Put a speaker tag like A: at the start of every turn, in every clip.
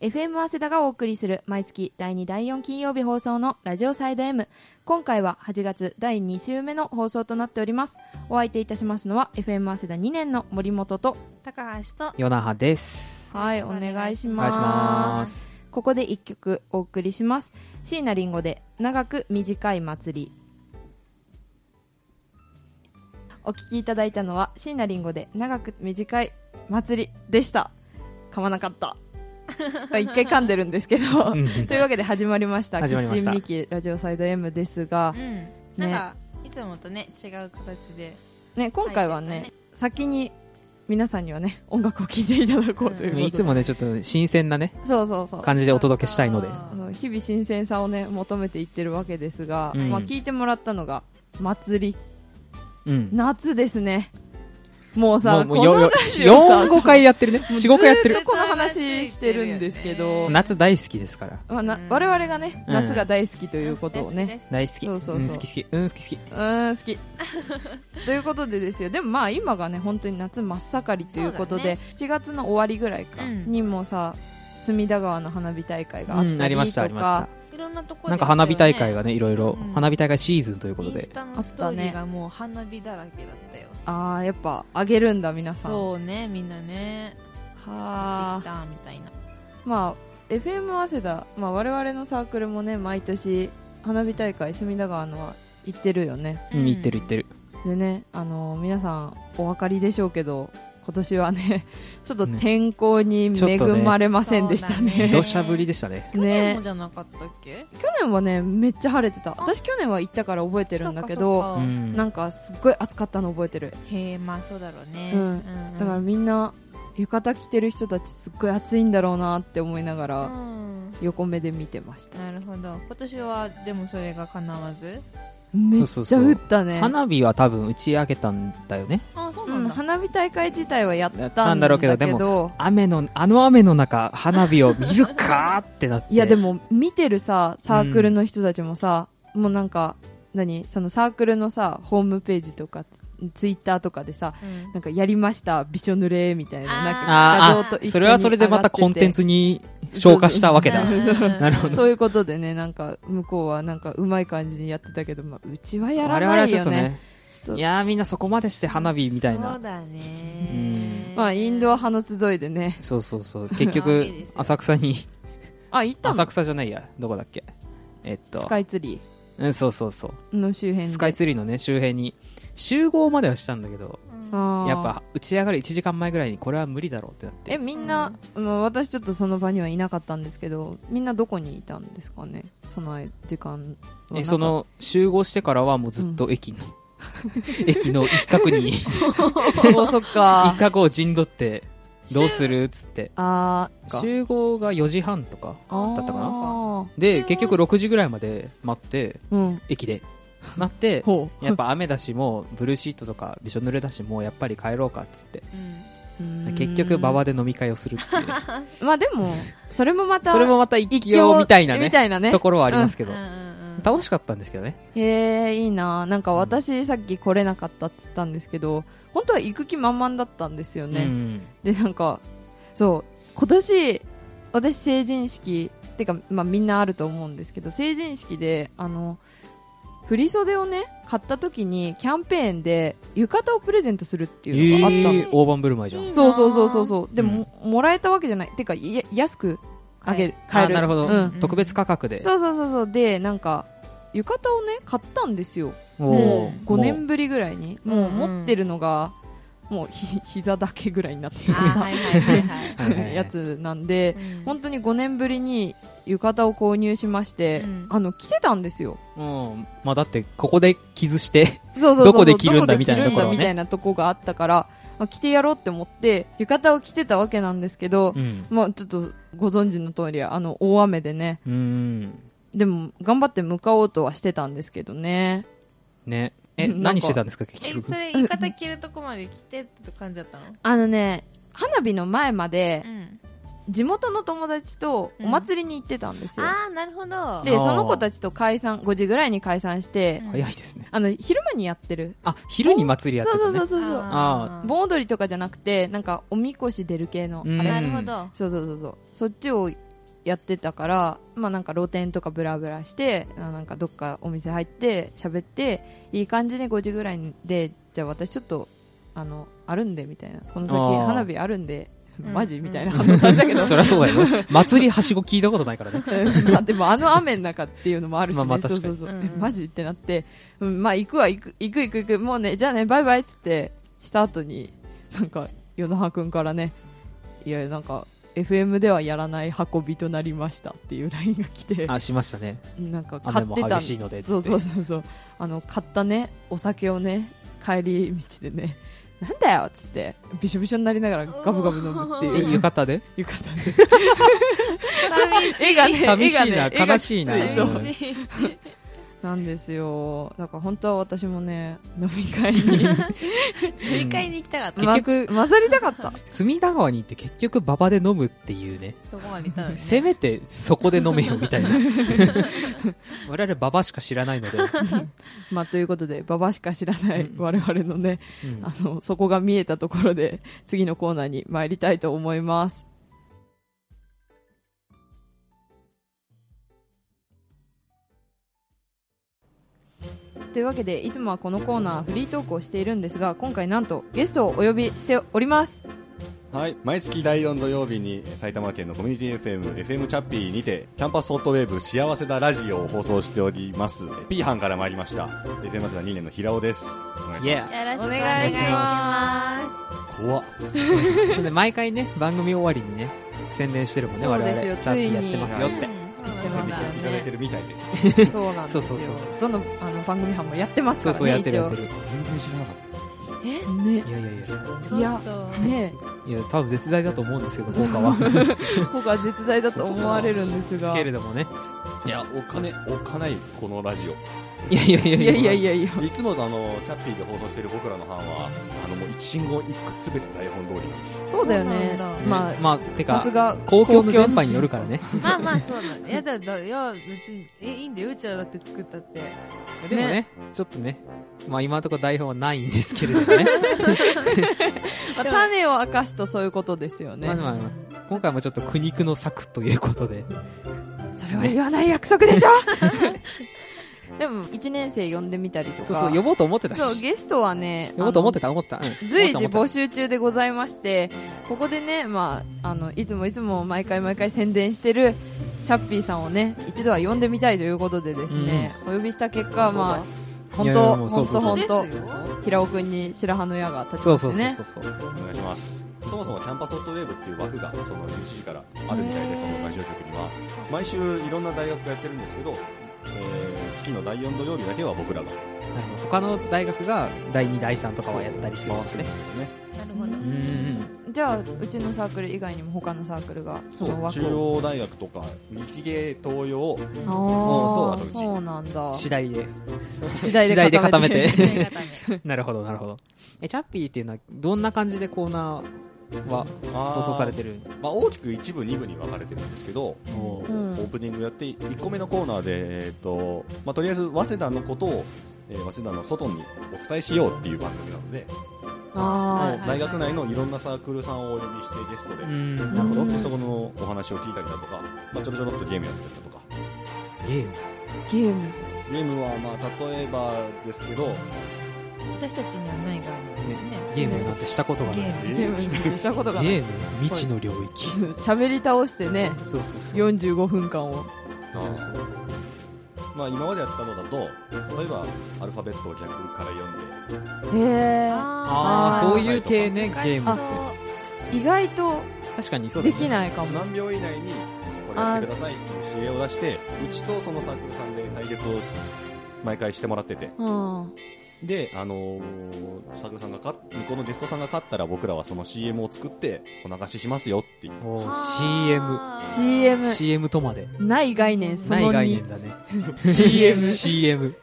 A: FM 早稲田がお送りする毎月第2第4金曜日放送のラジオサイド M 今回は8月第2週目の放送となっておりますお相手いたしますのは FM 早稲田2年の森本と
B: 高橋と
C: ヨナハです。
A: はい
B: よ
A: お
B: ろしくお願い
A: 願いし
C: お願
A: ま
C: い
A: す
C: します。
A: ここで1曲お送りします椎名林檎で長く短い祭りお聴きいただいたのは椎名林檎で長く短い祭りでした噛まなかった一回噛んでるんですけど
C: うんう ん
A: というわけで始まりました
C: 始まりま
A: キッ
C: し
A: チ
C: た
A: ンミキラジオサイド M ですが
B: う、んなんか、いつもとね違う形で
A: ね、今回はね、先に皆さんにはね音楽を聴いていただこうということで、
C: いつもね、ちょっと新鮮なね、
A: そうそうそう
C: 感じでお届けしたいので。
A: そう日々新鮮さをね求めていってるわけですが、
C: うん
A: まあ聞いてもらったのが祭り
C: うん。
A: 夏ですねもう
C: も
A: さ
C: う、もう
A: この
C: よ、よ、4、5回やってるね。4、5回やって
A: ず
C: る
A: っ。とこの話してるんですけど、
C: 夏大好きですから。
A: まあ、な
B: うん
A: 我々がね
C: うん
A: 夏が大好きということをね、
C: 大好き。
A: そうそうそうん
C: 好き好き。うん、好き好き。
A: うーん好 きということでですよでもまあ今がね本当に夏真っ盛りということで、7月の終わりぐらいか
B: うん
A: にもさ、隅田川の花火大会があったりと
C: うん、
A: か、
C: ありました、ありま
B: いろんなと
C: し
B: こ
C: た。なんか花火大会が
B: ね
C: ね、いろいろ
B: うん、
C: 花火大会シーズンということ
B: イン
C: で
B: ス。タのストーリーがもう花火だらけだったよ
A: あーやっぱあげるんだ皆さんは
B: そうねみんなねで
A: あ
B: きたみたいな
A: まあ FM 早稲田、まあ、我々のサークルもね毎年花火大会隅田川のは行ってるよね
C: うん、行ってる行ってる。
A: でねあのー皆さんお分かりでしょうけど今年はね ちょっと
C: ね
A: 天候に
C: ちょ
A: 恵
C: っとね
A: まれませんでした
B: そうだ
A: ね
B: ね
C: 土砂降りでしたね。
B: 去年もじゃなかったっけ
A: 去年はねめっちゃ晴れてた私去年は行ったから覚えてるんだけど
B: そううかそうか
C: ん。
A: なんかすっごい暑かったの覚えてる
B: へえまあそうだろうね
A: うん
B: うん
A: だからみんな浴衣着てる人たちすっごい暑いんだろうなって思いなが
B: う
A: ら
B: ん
A: 横目で見てました
B: なるほど今年はでもそれが叶わず
A: めっ
C: そう
A: ちゃ
C: そうそう
A: 降ったね
C: 花火は多分打ち上げたんだよね。
B: あそう
A: う
B: なんんだ
A: 花火大会自体はやったんだけど
C: なんだろうけどで雨の、あの雨の中、花火を見るかーってなって。
A: いやでも見てるさサークルの人たちもさ、もうなんか何そのサークルのさホームページとかツイッターとかでさ
B: うん
A: なんかやりましたびしょ濡れみたいななんか
C: あ
A: 画像と一緒に上がって
C: ー
A: て
C: あ、それはそれでまたコンテンツに消化したわけだ。
A: そう
B: うん うんうん
C: なるほど
A: そういうことでね、なんか、向こうはなんか、うまい感じにやってたけど、まあ、うちはやら
C: 我々
A: な
C: はいちょっ
A: よ
C: と
A: ね。
C: ね、
A: ちょっ
C: い
A: と、
C: やーみんなそこまでして花火みたい
B: そう
C: な。
B: だ
C: う
B: ね
A: まあ、インドア派の集いでね。
C: そうそ うそう。結
B: 花
C: 局
B: 火です、よ
C: 浅草に、
A: あ、行った
C: 浅
A: の
C: 草じゃないや、どこだっけ。えっと
A: ス、カイツリ
C: うん、そうそうそう。
A: ーの周辺で。
C: スカイツリーのね、周辺に、集合まではしたんだけど、
B: う
A: あ
B: ん
A: ー
C: やっ。ぱ打ち上がる1時間前ぐらいにこれは無理だろうってなって。
A: え、みんな、まあ私ちょっとその場にはいなかったんですけど、みんなどこにいたんですかねその時間はなんか
C: えそ、の集合してからはもうずっと駅の、 駅の一 角に
A: お、そっ
C: 一
A: か。
C: 角を陣取ってどうするっつって
A: あー、か
C: 集合が4時半とかだったかな
A: あ
C: で
B: 集合
C: 結局6時ぐらいまで待って
A: ーうん。
C: 駅で待って
A: ほう。
C: やっぱ雨だしもうブルーシートとかびしょ濡れだしもうやっぱり帰ろうかっつって
A: うん
C: 結局馬場で飲み会をするっていうね
A: まあでも、それもまた、
C: それもまた一興みたいなね
A: みたいなね
C: と。ころはありますけ
B: うん
C: ど、
B: うんうん
C: 楽しかったんですけどね
A: へえいいななんか私さっき来れなかったって言ったんですけど本当は行く気満々だったんですよ
C: う
A: ね、
C: ん
A: でなんかそう今年私成人式てか、まあ、みんなあると思うんですけど成人式であの振り袖をね買った時にキャンペーンで浴衣をプレゼントするって
C: え
A: いうのがあったの、
C: ー、大盤振る舞いじゃん
B: いいな
A: そうそうそうそうそうでも、もらえたわけじゃないてかいや安くあげる買え
C: あ
A: る
C: なるほど、
A: うん
C: 特別価格で
A: そうそうそうそうでなんか浴衣をね買ったんですよ
C: おー
B: うん
A: 5
C: も
A: 年ぶりぐらいにもう
B: うんうん
A: 持ってるのがもうひ膝だけぐらいになってし
B: あ
A: まっ
B: はいはいはいはい
C: はいはいは
A: た
C: い
A: やつなんで
B: う ん
A: 本当に5年ぶりに浴衣を購入しまして、
B: うん
A: あの着てたんですよ
C: ううんまあだってここで傷して
A: そうそうそう
C: どこで着るんだ
A: どこで着
C: みたいなところはね
A: みたいなとこがあったからあ着てやろうって思って浴衣を着てたわけなんですけど、
C: うん
A: まあちょっとご存知の通りあの大雨でね
C: うん
A: でも頑張って向かおうとはしてたんですけどね
C: ねえ
A: なんか
C: 何してたんですか
B: え
C: 結
B: そ
C: 局
B: れ浴衣着るとこまで着てって感じだったの
A: あのね花火の前まで、
B: うん
A: 地元の友達とお祭りに行ってたんですよ、
B: ああなるほど
A: で
C: あー
A: その子たちと解散5時ぐらいに解散して、
B: うん
C: 早いですね
A: あの昼間にやってる
C: あ昼に祭りやって
A: そう
C: た
A: そうそう
C: ね
A: そうそう
C: あ
B: ー
A: 盆踊りとかじゃなくてなんかおみこし出る系のあ
C: うん
A: れ、
B: なるほど
A: そうそうそうそうそっちをやってたから、まあ、なんか露店とかブラブラしてあなんかどっかお店入って喋っていい感じで5時ぐらいでじゃあ私ちょっとあのあるんでみたいなこの先
C: あー
A: 花火あるんで
B: うん
A: マジみたいな
B: う
A: 反応されたけど
C: そりゃそうだよね。祭りはしご聞いたことないからね。
A: うん まあでもあの雨の中っていうのもあるし、ね、
C: まあまあ
A: そう
C: 確か
A: そ
C: に
A: うそう、
B: うんうん
A: マジってなって、うん、まあ行くわ行く行く行く行くもうねじゃあねバイバイっつってした後になんか与那覇君からねいやなんか FM ではやらない運びとなりましたっていう LINE が来て
C: あ、しましたね。
A: なんか買ってた
C: 雨も激しいのでっつって
A: そうそうそうそうあの買ったねお酒をね帰り道でねなんだよっつってびしょびしょになりながらガブガブ飲むって
C: え、
A: いう
C: 浴衣で
A: 浴衣で
B: 寂
A: 絵がね
C: 寂しいな
A: 絵がね絵が
C: 悲しいな
A: きつそう
C: うん
B: し い。
A: なんですよ。だから本当は私もね、飲み会 に
B: 振り返りに行きたかった。
C: 結局
A: ま混ざりたかった。
C: 隅田川に行って結局馬場で飲むっていうね。
B: そこまで行ったのにね。
C: せめてそこで飲めよみたいな。 我々馬場しか知らないので。
A: まあということで、ババしか知らない
C: うん
A: 我々のね、
C: うん
A: あの、そこが見えたところで、次のコーナーに参りたいと思います。というわけで、いつもはこのコーナーフリートークをしているんですが、今回なんとゲストをお呼びしております。
D: はい、毎月第4土曜日にえー埼玉県のコミュニティ FM、FM チャッピーにて、キャンパスソートウェーブ幸せだラジオを放送しております。えー P 班から参りました。FM 早稲田2年の平尾です。お願いします。
B: よろしく
A: お
B: お
A: 願
B: 願
A: い
B: い
A: し
B: し
A: ま
B: ますす。
D: 怖っ。
C: で毎回ね、番組終わりにね、宣伝してるもんね、
A: そう
C: 我
A: で
C: 々。
A: すよ
C: ちゃんとやっ
A: ついに
C: てますよっ
B: う
C: て。
B: ん
A: 行って
D: 宣
A: ま
D: 伝
A: す
D: していただいてるみたいで。
A: そうなんですよ。
C: そうそうそうそ
A: どのあの番組班もやってますか
C: そう
A: らね、
C: そう、やってる
A: 一
C: やっ
A: 応
C: てる。
D: 全然知らなかっ
B: え
A: ね
C: いやいやいや。
B: ちょっと。
A: いやね
C: いや、多分絶大だと思うんですけど、効果は。
A: 効果は絶大だと思われるんです
C: です
A: が。
C: け
A: い
C: れどもね。
D: た。いや、お金、おかない、このラジオ。
C: いやいやいや
A: やいやいやいや。
D: いつものあの、チャッピーで放送してる僕らの班は、あの、もう一言一句すべて台本通りなんですよ。
A: そうだよね
B: そうなん。だ
A: ま
C: まあ、て
A: あ、さ
C: か
A: す、が
C: 公共の電波によるからね。
B: まあまあそうなんだ。いやだだいや別にえいいんだようちらだって作ったって。
C: でもねちょっとね、まあ今のところ台本はないんですけれども ね。
A: まあ種を明かすとそういうことですよ
C: まあ
A: ね。
C: まあまあ今回もちょっと苦肉の策ということで。
A: それは言わない約束でしょ でも、1年生呼んでみたりとか。
C: そうそう、呼ぼうと思ってた
A: そう
C: し。
A: ゲストはね、
C: 呼ぼうと思っ
A: あの
C: てた、思った。うん
A: 随時
C: 思
A: 募
C: った
A: 集中でございまして、ここでね、まあ、あの、いつもいつも毎回毎回宣伝してる、チャッピーさんをね、一度は呼んでみたいということでですね、お呼びした結果、まあ、本
C: いやい
A: 当
C: やもうそう
A: 本
C: そう
A: 当
C: そう
A: 本
B: で
A: 当
B: すよ
A: 平尾くんに白羽の矢が立ち
C: そ
A: ま
C: う
A: し
C: そう
A: てね
C: そ。うそう。
D: お願いします。そもそもキャンパスソフトウェーブっていう枠が、その11時からあるみたい
A: へー
D: で、そのラジオ局には。毎週いろんな大学がやってるんですけど、えー月の第4土曜日だけは僕らが
C: なるほど他の大学が第2、第3とかはやったりするんですね。
D: ね。
B: なる
A: う
B: ほど。
C: ん
A: んじゃあ、うちのサークル以外にも他のサークルがその枠
D: 中
A: を。
D: 央大学とか日芸東洋
A: あ
D: そうあ
A: あ、
D: とうち
A: そうなんだ。
C: 次第 で。
A: 次第
C: 次第で固めて。
B: やり方ね
C: なるほど、なるほど。え、チャッピーっていうのは、どんな感じでコーナーは放
D: 放
C: 送されてる
D: まあ、大きく一部二部に分かれてるんですけど、
C: おー
A: うん
D: オープニングやって1個目のコーナーで、えーとまあ、とりあえず早稲田のことを、えー早稲田の外にお伝えしようっていう番組なので、
A: あ
D: 大学内のいろんなサークルさんをお呼びしてゲストで、
C: うん。
A: なるほど
D: でそこのお話を聞いたりだとか、まあ、ちょろちょろっとゲームやってたりとか
C: ゲーム。
A: あ、ゲーム。
D: ゲームはまあ例えばですけど
B: 私たちにはない概念ですね。
C: ゲームなんてしたことがない。
B: ゲ
C: ゲ
B: ーム。
A: ゲームなんてしたことがない。
C: ーム未知の領域。
A: 喋り倒してね、
C: そうそうそう。
A: 45分間を。
C: そうそう
D: まあ、今までやったのだと例えばアルファベットを逆から読んで
A: へえ。
C: ああ、
A: ー
C: そういう系ね、
B: あ
C: ゲームって。
A: 意外と
C: 確かにそうだ
A: で
C: ね
A: きないかも。
D: 何秒以内にこれやってくださいっていう指令を出してうちとそのサークルさんで対決を毎回してもらってて
A: うん。
D: で、あのーサークルさんが勝っ向こうのゲストさんが勝ったら僕らはその CM を作ってお流ししますよっていう
C: おー
A: CM。
C: CM。CM とまで。
A: ない概念、そ
C: ない
A: の
C: 概
A: 2
C: 念。だね。
A: CM。
C: CM。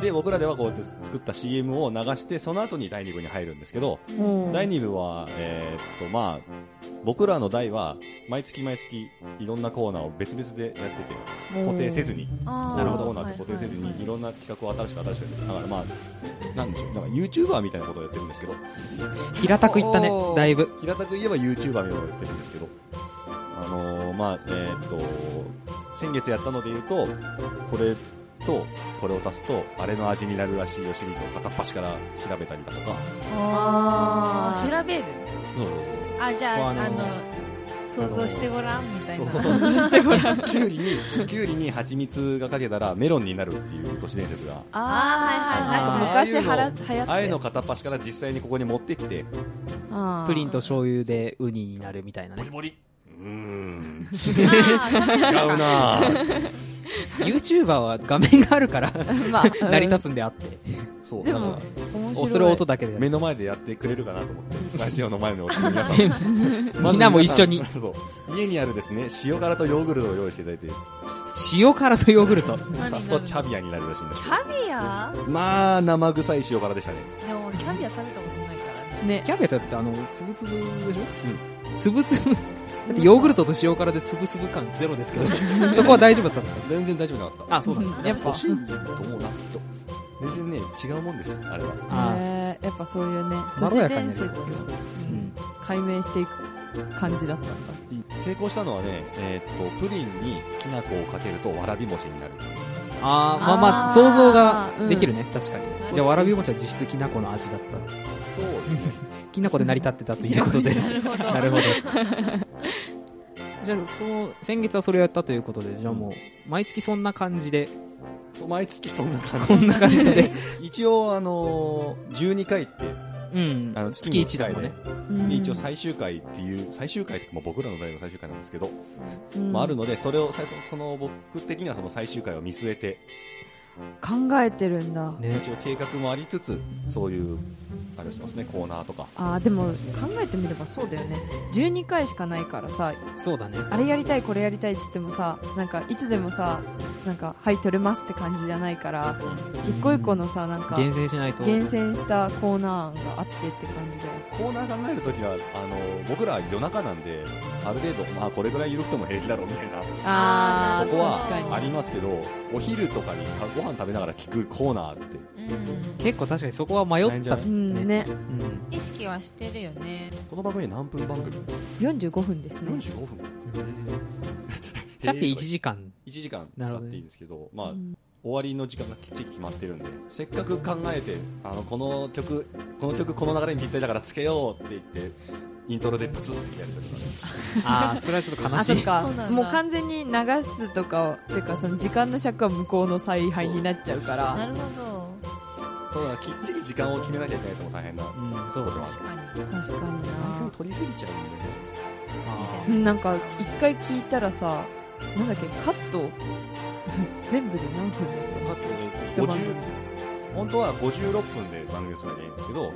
D: で僕らではこうやって作った CM を流してその後に第2部に入るんですけど
A: うん
D: 第2部は、えーっとまあ、僕らの代は毎月毎月いろんなコーナーを別々でやってて固定せずに
B: な
D: なるほどコーナーって固定せずにいろんな企画を新しく新しくやっててだからまあなんでしょうなんか YouTuber みたいなことをやってるんですけど
C: 平たくいったね
A: おー、
C: だいぶ。
D: 平たく言えば YouTuber みたいなことをやってるんですけどああのーまあ、えーっと、先月やったので言うと、これと、これを足すと、あれの味になるらしいよシリーズを片っ端から調べたりだとか、
A: あー
B: 調べる
D: そう
B: あ、じゃあ、
C: あの
B: あの、想像してごらんみたいな。
D: そうそうきゅうりに、きゅうりに蜂蜜がかけたらメロンになるっていう都市伝説が、
A: あーはいはい
C: あー
A: なんか昔はら
D: ああい
A: 流
D: う
A: 行って
D: ああいうの片っ端から実際にここに持ってきて、
A: あー
C: プリンと醤油でウニになるみたいなね
D: ボリうーん、
B: あー
D: 違うなぁ。
C: YouTuber は画面があるから
A: まあうん
C: 成り立つんであって
D: そう、
A: で
D: だか
A: も
D: ら、
A: 面白い
C: おする音だけで
D: 目の前でやってくれるかなと思って、ラジオの前の皆さん
C: みんなも一緒に。
D: そう家にあるですね、塩辛とヨーグルトを用意していただいて、
C: 塩辛とヨーグルト
B: 何
D: パス
B: な
D: ト
B: の
D: キャビアになるらしいんです
B: キ
D: けど。
B: ャビア
D: まあ、生臭い塩辛でしたね。
B: でもキャビア食べたことないからね。
A: ね
C: キャベツってあのつぶつぶでしょつぶつぶだってヨーグルトと塩辛でつぶつぶ感ゼロですけどそこは大丈夫だったんですか
D: 全然大丈夫なかった。
C: あそうなんです
A: うん
C: ね
A: やっぱ
D: 欲しいと思うな、きっと。全然ね、違うもんです、あれは。
C: あ
A: ねやっぱそういうね都
C: ま
A: 市
C: ろやか
A: 伝
C: になり
A: 説
C: そ
A: を
C: うですよ
A: うん解明していく感じだったんだ
D: 成功したのはね、えーっと、プリンにきな粉をかけるとわらび餅になる。
C: あーまあま
A: あ
C: あ
A: ー
C: 想像ができるね、確かに
B: うん
C: じゃあわらび餅は実質きなこの味だった
D: そうですね。
C: きなこで成り立ってたというこ とで
B: なるほど。
C: なるほどじゃあその先月はそれをやったということでじゃあもう毎月そんな感じで
D: 毎月そんな感
C: こんな感じ で
D: じ。一応、あのー、12回って、
C: うん
D: あの
C: 月1だもんね
A: うん
D: で一応最終回っていう、最終回っていうか、まあ僕らの代の最終回なんですけど、
A: うん
D: まああるので、それを、最初、その僕的にはその最終回を見据えて、
A: 考えてるんだ
C: ね
D: 一応計画もありつつ、そういう、あれをしてますね、コーナーとか。
A: あーでも考えてみればそうだよね12回しかないからさ
C: そうだね
A: あれやりたいこれやりたいっつってもさなんかいつでもさなんかはい取れますって感じじゃないから一個一個のさなんか
C: 厳選しないと
A: 厳選したコーナー案があってって感じだよ
D: コーナー考えるときは、あの、僕ら夜中なんで、ある程度、まあこれぐらい緩くても平気だろうみたいな、
B: あー
D: ここ
B: 確か
D: は
B: に
D: ありますけど、お昼とかにご飯食べながら聞くコーナーって、
B: うん
C: 結構確かにそこは迷
D: ないん
C: っ
D: じゃ
C: た
D: な
A: う
D: い
A: んね
C: うん
B: 意識はしてるよね。
D: この番組何分番組
A: 45分ですね
D: ?45 分
C: チャッピー1
D: 1
C: 時間
D: 時間
C: なるほ
D: 使っ
C: どね
D: ていいんですけど、まあ
A: う、ん
D: 終わりの時間がきっちり決まってるんでせっかく考えてあのこの曲この曲この流れにぴったりだからつけようって言ってイントロでブツってやるとか
C: ああそれはちょっと悲
A: あ
C: し
A: そっ
C: い
A: か
B: そうなん
A: も
B: だ
A: う完全に流すとかをてかその時間の尺は向こうの采配になっちゃうか
B: な
A: ら
B: るほど。
D: ただきっちり時間を決めなきゃいけないとも大変なこ
C: うんそう
D: と
C: だ
D: は
B: 確かに。
A: 確かに
D: 環境
A: な
D: を取りすぎちゃうんでね
C: あ
A: うんなんか一回聞いたらさなんだっけカット 全部で何分だったの
D: だって
A: 一晩
D: 50本当は56分で番組するのがいいんですけど、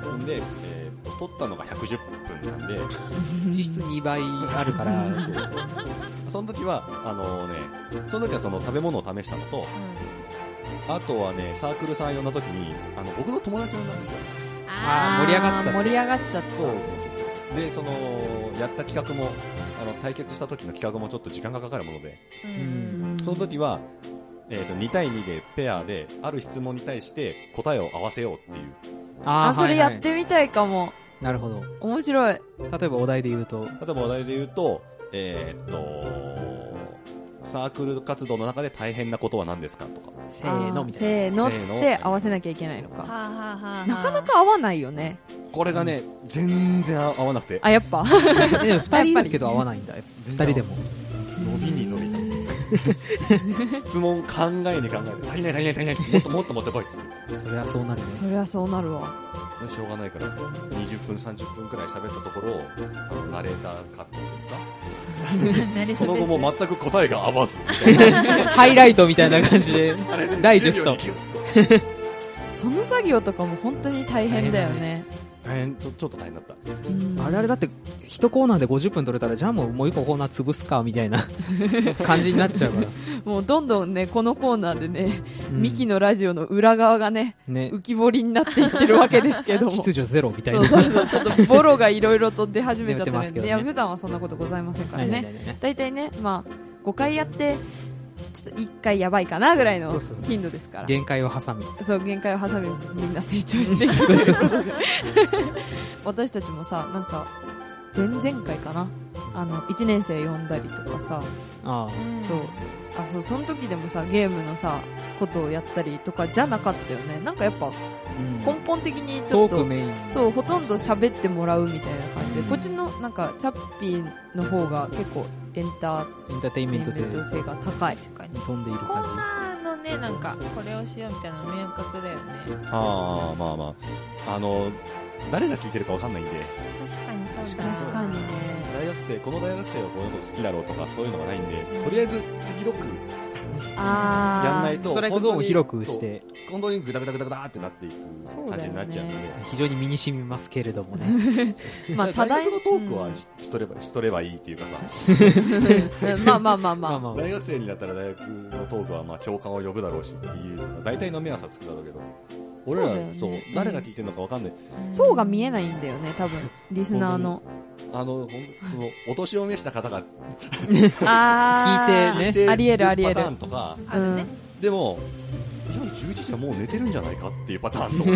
A: ん
D: 56分で、えー、撮ったのが110分なんで
C: ー実質2倍あるから
A: うん
D: その時はあのねその時はその食べ物を試したのとあとはねサークルさん呼んだ時にあの僕の友達呼んだんですよ
C: あー盛り上がっちゃった
A: あー盛り上がっちゃった
D: そうそうそうでそのやった企画もあの対決した時の企画もちょっと時間がかかるもので
B: う。
A: うんん
D: その時は、えー、と2対2でペアである質問に対して答えを合わせようっていう
C: あ
A: あ
C: ー
A: それや
C: はい
A: ってみたいかも
C: はいなるほど
A: 面白い
C: 例えばお題で言うと
D: 例えばお題で言うとえーっとサークル活動の中で大変なことは何ですかとか
C: せーのみたい
A: せーのっ
D: せ
A: つ
D: ーの
A: って合わせなきゃいけないの
B: はあ
A: か
B: はあはあ。
A: なかなか合わないよね
D: これがね、全然合わなくて
A: あやっぱ
C: なでも2人いるけど合わないんだ2人でも
D: 伸びに伸び た質問考えに考えて足りない足りない足りないもっともっと持ってこいっつって
C: それはそうなるね
A: そりゃそうなるわ
D: しょうがないから20分30分くらい喋ったところをあのナレーターカッ トというかその後も全く答えが合わず
C: ハイライトみたいな感じでダイジェスト
D: 10秒にギュッと
A: その作業とかも本当に大変だよね
D: 大変ちょちょっと大変だった
A: うん
C: あれあれだって1コーナーで50分取れたらじゃあもうもう1個コーナー潰すかみたいな感じになっちゃうから
A: もうどんどんねこのコーナーでね、
C: うん
A: ミキのラジオの裏側がね
C: ね
A: 浮き彫りになっていってるわけです けども
C: 秩序ゼロみたい
A: そ
C: な
A: うそうそうちょっとボロがいろいろと出始めちゃった
C: 出てま
A: ね
C: すけど
A: い
C: ね
A: や普段はそんなことございませんから
C: ないないな
A: ね
C: いない
A: 大体ねまあ5回やってちょっと1回やばいかなぐらいの
C: そうそうそう
A: 頻度ですから
C: 限界を挟み
A: そう限界を挟みみんな成長して
C: そうそう
A: きて私たちもさなんか前々回かなあの1年生呼んだりとかさ、
C: あ
A: そうあそうその時でもさゲームのさことをやったりとかじゃなかったよねなんかやっぱ
C: あ、うん
A: 根本的にちょ
C: ト
A: っと
C: ークメイン
A: そうほとんど喋ってもらうみたいな感じで
C: うん
A: こっちのなんかチャッピーの方が結構エンター
C: エンターテイン
A: テ
C: メ
A: イ
C: ン
A: ン
C: ト性
A: メント
C: に
A: 性が高い
B: 確かに
C: 飛んでいる
B: こん
C: 感
B: なのねなんかこれをしようみたいなの明確だよね
D: ああまあまああの誰が聞いてるかわかんないんで
B: 確かにそう
C: だ確かに
B: ね
D: 大学生この大学生はこういうこと好きだろうとかそういうのがないんでとりあえず広く
A: あ
D: やんない
C: じ
D: と
C: ストライクゾーンを広くし
D: そう
C: て
D: 本当にグダグダグダグダってなっていく感じになっちゃうんで
A: そうだ
C: 非常に身に染みますけれどもね
A: まあ、
D: 大
A: 多大
D: 学のトークは
A: うん
D: ししとればしとればいいっていうかさ
A: まあまあまあま
C: まあ
A: あ。
C: まあ
D: 大学生になったら大学のトークはまあ共感を呼ぶだろうしっていう大体の目はさつくだろうけど俺ら
A: そうだよね
D: そう
A: うん
D: 誰が聞いてるのかわかんない、
A: 層が見えないんだよね、多分。リスナーの。
D: あのほんそのお年を召した方が
A: あ
C: ー聞い
D: 聞い
C: て
D: て
A: ありえるありえる
D: パターンとか
B: あるね
D: でも夜11時はもう寝てるんじゃないかっていうパターン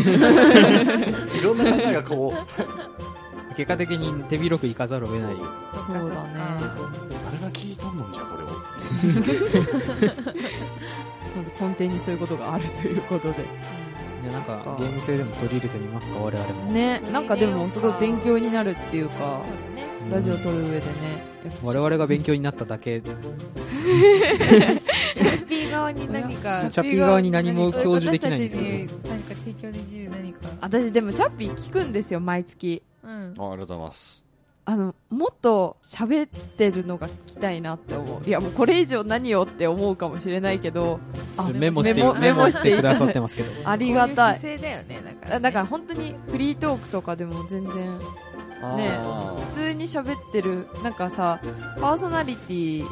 D: といろんな考えがこう
C: 結果的に手広く行かざるを得ない
A: そうだね。
D: 誰が聞いとんのんじゃこれを
A: まず根底にそういうことがあるということで。
C: いやなんかゲーム性でも取り入れてみますか我々も、
A: ね、なんかでもすごい勉強になるっていう
B: そ
A: か
B: うだ、ね
C: うん
A: ラジオ撮る上でね。
C: 我々が勉強になっただけ
B: チャッピー側に何か
C: チャッピー側に何も享受できないんですけど
B: 私たちに何か提供できる何か
A: 私でもチャッピー聞くんですよ、毎月。
B: うん
D: あありがとうございます
A: あの、もっと喋ってるのが聞きたいなって思う。いや、もうこれ以上何をって思うかもしれないけど、あ
C: メモして
A: メモ
C: メモして
A: メモして
C: くださってますけど
A: ありがたい。
B: こうう姿勢だよねだから
A: だから本当にフリートークとかでも全然
D: あ
A: ね
D: ー
A: 普通に喋ってるなんかさパーソナリティ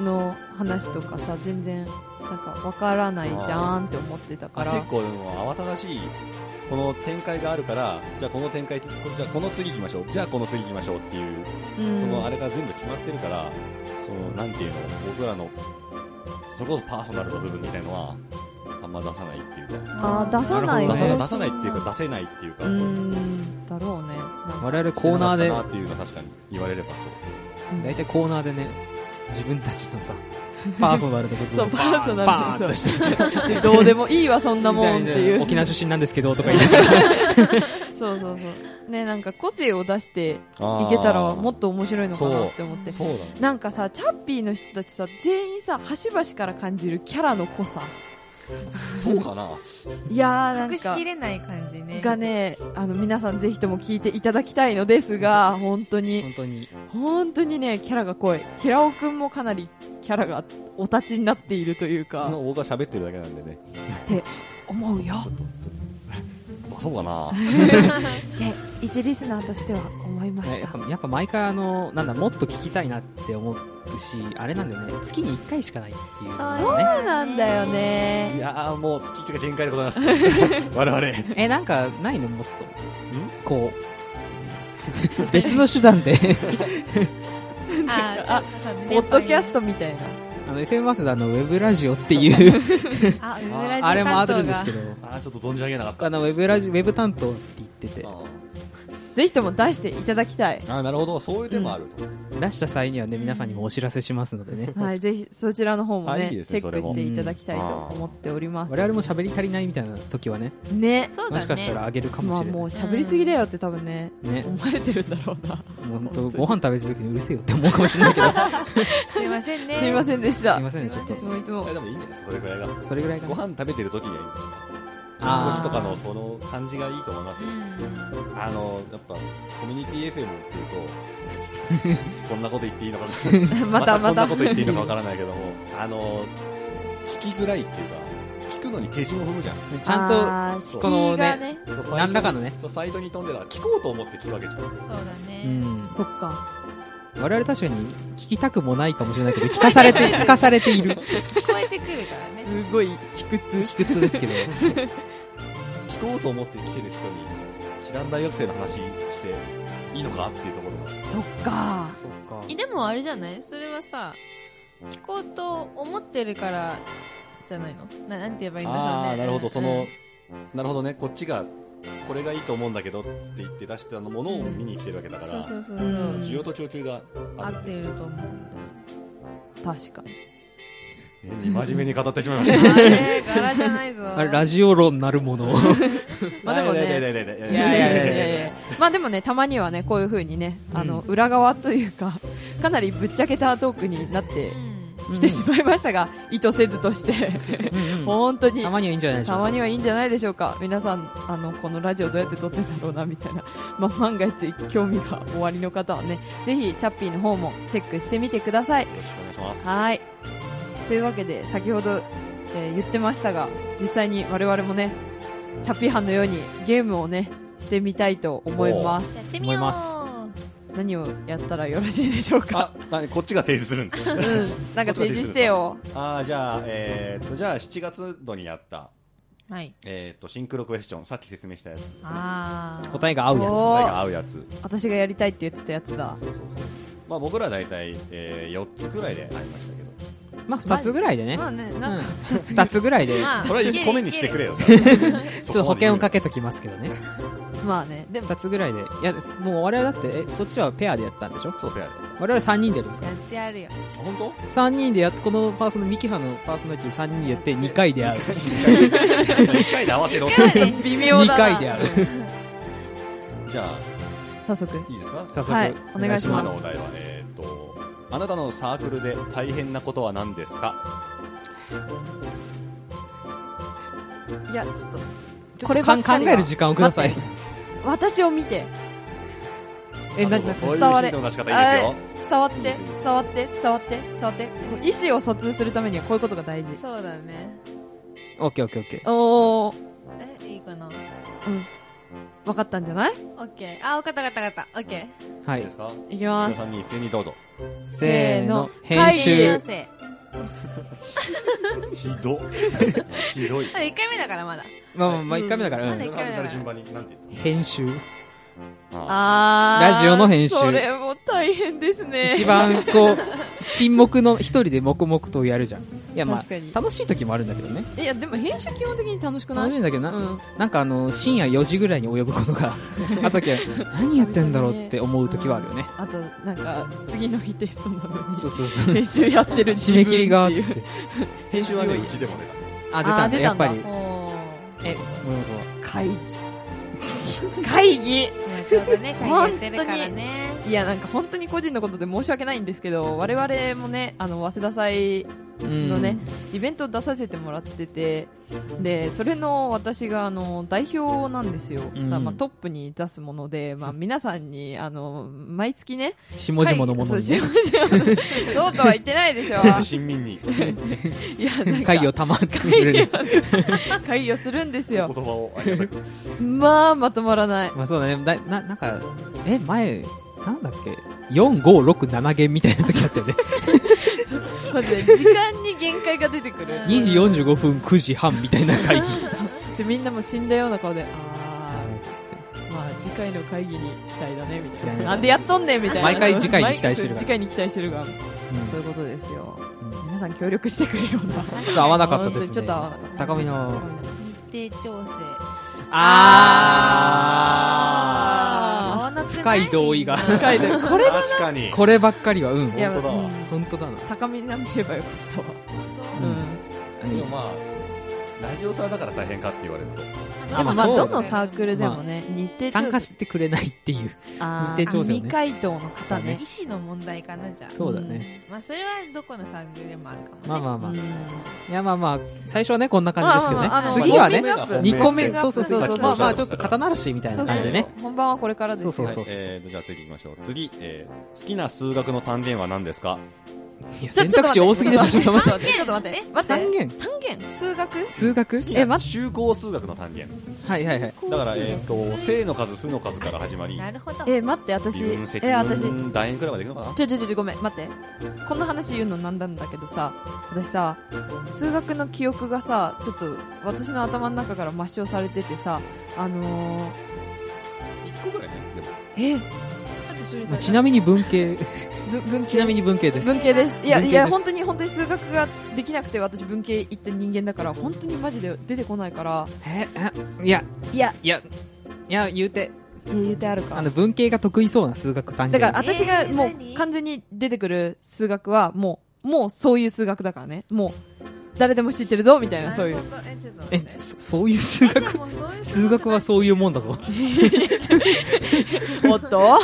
A: の話とかさ全然なんかわからないじゃーんって思ってたか
D: 結
A: ら
D: 構でも慌ただしいこの展開があるからじゃあこの展開じゃあこの次行きましょうじゃあこの次行きましょうっていう
A: うん
D: そのあれが全部決まってるから、その、なんていうの、僕らの、それこそパーソナルの部分みたいのは、あんま出さないっていうか、
A: あー出さない
C: なる
D: 出
C: ほ
D: さ
C: ど
D: 出さないっていうか、出せないっていうか、
A: うんだろうねなんか
C: 我々コーナー
D: 出
C: で
D: なかったなっていうのは確かに言われればそう。
A: うん
C: 大体コーナーでね自分たちのさパーソナルの部分
A: そ
C: を
A: う
C: バ
A: パ
C: ー
A: ーソナル
C: ン
A: の
C: バーンとして
A: どうでもいいわそんなもんって いう
C: 沖縄出身なんですけどとか言いながら
A: そうそうそうねなんか個性を出していけたらもっと面白いのかなって思って
D: そうだね。
A: なんかさチャッピーの人たちさ全員さ端々から感じるキャラの濃さ
D: そうかな。
A: いやーなんか
B: 隠しきれない感じね
A: がね、あの、皆さんぜひとも聞いていただきたいのですが、本当に、
C: 本当に
A: 本当にね、キャラが濃い。平尾くんもかなりキャラがお立ちになっているというか、
D: 僕は喋ってるだけなんでね。
A: 思うよ
D: ちょ。っと、ちょっと。あそうかな。
A: で、一リスナーとしては思いまし。
C: やったぱやっぱ毎回あのなんだもっと聞きたいなって思うしあれなんだよね月に1回しかないっていうのがね
B: そう
A: そうなんだよ
D: い
A: ね。
D: やー、もう月一が限界でご ざいます。我々。
C: えなんかないのもっとこう 別の手段で
B: あ
A: あポッドキャストみたいな。
C: あの FM マスダのウェブラジオっていう
B: トあウェブラジオ担当が
C: あれもあるんですけど
D: あー、ちょっと存じ上げなかった。
C: あのウェブラジウェブ担当って言ってて
A: ぜひとも出していただきたい。
D: あー、なるほど。そういう手もあると。
C: 出した際にはね皆さんにもお知らせしますのでね
A: はい、ぜひそちらの方も
D: あ
A: ね、
D: いいです
A: チ
D: ね
A: ェック
D: それも
A: していただきたいと思っております
C: 我。々も喋り足りないみたいな時はね
A: ね。
B: そうだね
C: もしかしたらあげるかも
A: まあ
C: しれない、
A: もう喋りすぎだよって多分ね、
C: ね
A: 思われてるんだろうな。
C: もう本当ご飯食べてる時にうるせえよって思うかもしれないけどす
B: すいませんね
A: すみませんでした
C: い。ませんねちょっ
A: いつもいつも
D: い や。でもいいんじゃないですか、それぐらいが。
C: と それぐらいか
D: ご
C: な
D: 飯食べてる時にはいいんです
C: あー
D: 時とかのその感じがいいと思います
B: う
D: よ、
B: ん
D: あのやっぱコミュニティ FM っていうとこんなこと言っていいのかな
A: また
D: こ
A: ま
D: んな
A: た
D: こ。と言っていいのかわからないけどもあの聞きづらいっていうか聞くのに手順を踏むじゃん
C: ちゃん
A: ゃん
D: と
A: こ
C: こ
A: の
C: のね
A: ね。
D: そう
C: と
D: サイト
C: 何
D: に
C: らかのね
D: そうサイトに飛んでたら聞こうと思って聞くわけじゃん
B: そうだね
C: うん
A: そっか。
C: 我々確かに聞きたくもないかもしれないけど聞かされて 聞かされてい
B: 聞
C: る
B: こえてくるからね
A: すごい卑屈。
C: 卑屈ですけど
D: 聞こうと思って来てる人に知らん大学生の話していいのかっていうところが
A: そっか。
C: そうか
B: えでもあれじゃないそれはさ聞こうと思ってるからじゃないのななんて言えばいいんだろうね
D: ああーなるほどそ
B: うん
D: の、なるほどねこっちがこれがいいと思うんだけどって言って出したものを見に来てるわけだから、
A: そうそうそうそう、
B: うん
D: 需要と供給があ
B: 合
D: る
B: っていると思うん
A: 確かに
D: 変に真面目に語ってしまいまし た。
B: だあれ柄じゃないぞ
C: あれラジオ論なるもの。
A: まあでもね
D: いやいやいやいや
A: いやいやいやいやいやまあでもねたまにはねこういう風にねあの、裏側というかかなりぶっちゃけたトークになって
B: うん
A: きてしまいましたが、意図せずとして本当に
C: たまにはいいんじゃないでしょ
A: た
C: う
A: ま
C: か。
A: にはいいんじゃないでしょうか皆さんあのこのラジオどうやって撮ってんだろうなみたいな、 まあ、万が一興味がおありの方はねぜひチャッピーの方もチェックしてみてください
D: よろしくお願いします。
A: はいというわけで先ほど、えー言ってましたが実際に我々もねチャッピー班のようにゲームをねしてみたいと思います
B: やってみよう
C: 思いま
A: 何をやったらよろしいでしょうか
D: あ、なこっちが提示するんです
A: う
D: よ
A: んなんか提示してよ
D: あーじゃあ、えーっと、じゃあ7月度にやった、
B: はい
D: えーっと、シンクロクエスチョン、さっき説明したやつですね。
B: あー
C: 答えが合うや
A: お
C: つ。
D: 答えが合うやつ。
A: 私がやりたいって言ってたやつだ
D: そうそうそう。まあ僕ら大体、えー、4つくらいでありましたけど。
C: まあ二つぐらいでね
A: ま。あね
C: う
A: なん
C: ん
A: か、
C: 二つぐらいで。
B: まあ
D: それは米にしてくれよ。
C: ち
D: ち
C: ょっと保険をかけ
D: て。
C: ときますけどね。
A: まあねで も
C: 二つぐらいで。いや、もう我々だって、え、そっちはペアでやったんでしょ
D: そう、ペア で。
C: 我々三人でやるんですか
B: やってやるよ
D: 本当
C: 三人でやっこのパーソナミキハのパーソナリティ三人でやって二回で会う。
D: 一回で合わせろ
B: ペアで
A: 微妙
C: 二
A: だな
C: 回で会う。
D: じゃ
A: 早速
D: あ、いいですか
C: 早速、
A: はいお願いしま
D: 今
A: す
D: のお題は、えーっと、あなたのサークルで大変なことは何ですか
A: いやちょっと
C: ちょっと
A: こればっかりは
C: 考える時間をください
A: 待。私を見て
C: え、
D: あ
C: な、
D: そう
C: な、
D: そういう
A: 伝わ
D: ヒ
A: れ
D: ントの出し方いいですよ。
A: 伝わっ
D: いいで
A: て
D: すいいです
A: 伝わって伝わって伝わってこう意思を疎通するためにはこういうことが大事
B: そうだね
C: オッケーオッケーオッケー。
A: おー
B: えいいかな
A: うん分かったんじゃない
B: オッケーあ分かった分かった分かったオッケ
C: はい
D: い
C: い
D: で。すか
A: いきま
D: 皆
A: す
D: さんに一斉にどうぞ。
C: せ
A: せー
C: ーの、
A: の
C: 編
B: ー
A: え
B: 優
C: 集。
B: 勢
D: ひど。ひどい。
B: あ1回目だからまだ
C: まあまあまあ、一回目だから、う
B: まだ
C: ん
B: 一回目だから
D: 順番に、なんて言っ
C: 編集。
D: たあ
A: あー
C: ラジオの編集
A: それも大変ですね
C: 一番 こう、沈黙の、一人で黙々とやるじゃん。いやまあ
A: 確かに、
C: 楽しい時もあるんだけどね。
A: いやでも編集基本的に楽しくな
C: 楽しい
A: い
C: んだけどな、
A: うん
C: なんかあの、深夜4時ぐらいに及ぶこ とがあった時は、何やってんだろうって思う時はある よね。
A: あとなんか次の日テストなのに
C: そうそ うそう。
A: 編集やってる自
C: 締
A: 分
C: め切りが、
A: ってい
C: つ
A: う
C: って。
D: 編集はね、
A: 編集を
D: うちでも出た。
C: あ、出たん
A: あ
C: だ、
A: ー
C: やっぱり
A: 出。
B: おー
C: え、ごめんご
A: 会議会議
B: 今ちょうどね会議やってるからね
A: いやなんか本当に個人のことで申し訳ないんですけど我々もねあの早稲田祭
C: めん
A: の
C: ごめん
A: ね。イベント出させてもらっててでそれの私があの代表なんですよ、
C: うん
A: だからまあ、トップに出すもので、 まあ、皆さんにあの毎月ね
C: うん。下々のものにね。
A: はいそう下々のそうとは言って ないで しょ
D: 新民に
A: いやなんか
C: 会議をたまってくれる。
A: 会議をするんです
D: 言葉
A: よ
D: をありがたく。
A: まあまとまらない
C: まあそうだね。だな、なんか、え、前、なんだっけ ?4、5、6、7弦みたいな時あったよね。
A: まず時間に限界が出てくる
B: うん
C: 2時45分、9時半みたいな会議。
A: でみんなも死んだような顔であー
C: つって
A: まあ次回の会議に期待だねみたいな。
C: 期 待
A: なんでやっとんねんみたいな。
C: 毎回次回に期待してるから
A: 毎次回に期待してるが。そう
C: う
A: い
C: ん
A: うことですよ。
C: うん
A: 皆さん協力してくれような。
C: ちょっと合わなかったですね。
A: ちょっと合わなかった
C: 高見の。
B: 日程調整
A: あ
B: 合わなくない
C: 深い同意が
B: みんな
A: 深いで これ
D: 確かに。
C: こればっかりは、うん
A: い。や、
D: 本当だわ
A: うん
C: 本当だな。
A: 高見な見ればよかったわ。
C: う
A: うんん。
D: でもまあ、ラジオさんだから大変かって言われると。
A: でも
C: ま
A: ま
C: あ
A: あ、
C: そう
A: どのサークルでもね、日程調整
C: 参加してくれないっていう。
A: あー
C: 日程調整ね
A: 未回答の方ね。
B: 意思の問題かなじゃあ
C: そうだね。
B: まあそれはどこのサークルでもあるかもね
C: まあま
A: う
C: あまあ
A: ん。
C: いやまあまあ、最初はね、こんな感じですけどね
A: まあまあまあ。あの
C: 次は
A: ウォーミング
C: ね、
A: アップ
C: 2個目、
A: ウォーミングア
C: そう
A: ップ
C: そう
A: そ
C: そうそう。
A: うそうそう
C: まあちょっと肩慣らしみたい
A: そ
C: な
A: うそう
C: 感じ
A: そ
C: で
A: う
C: ね。。
A: 本番はこれからですよ。
C: そうそうそう
D: えーと、じゃあ次行きましょう。次、えー好きな数学の単元は何ですか
C: いや
A: ちょ
C: 選択肢多すぎでしょ、ちょっ
A: ち
C: と
A: ょっと
C: 待 っ
A: 待って、ちょっと待って。
B: え
A: 待って
C: 単元
A: 単元数学
C: て。数学
D: 好き
A: え
D: な
A: 待
D: 中高数学の単元。
C: はいはいはい。
D: だから、えっと、正の数、負の数から始まり、
B: なるほど
A: え、待って、私
D: 分、積
A: え、私、
D: 分、楕円くらいまでいくのかな
A: ちょちょちょちょごめん待ってこんな話言うのなんなんだけどさ私さ数学の記憶がさちょっと私の頭の中から抹消されててさあのー、
D: ?1 個ぐらいね。でも、
A: え
C: まあちなみに文系、
A: ぶ文
C: ちなみに文系です。
A: 文系ですいや
C: 文系です
A: いや本当に本当に数学ができなくて私文系行った人間だから本当にマジで出てこないから
C: え、えいや、
A: いや
C: いや、いや、言うて、
A: え言うてあるか
C: あの、文系が得意そうな数学単
A: だ
C: 純。
A: から
B: えー
A: 私がも
B: 何
A: う完全に出てくる数学はもうもうそういう数学だからねもう誰でも知ってるぞみたいなそういう
B: なるほどえちょっと待
C: え、
B: って
C: そそういう数 学数学はそういうもんだぞ。
A: おっと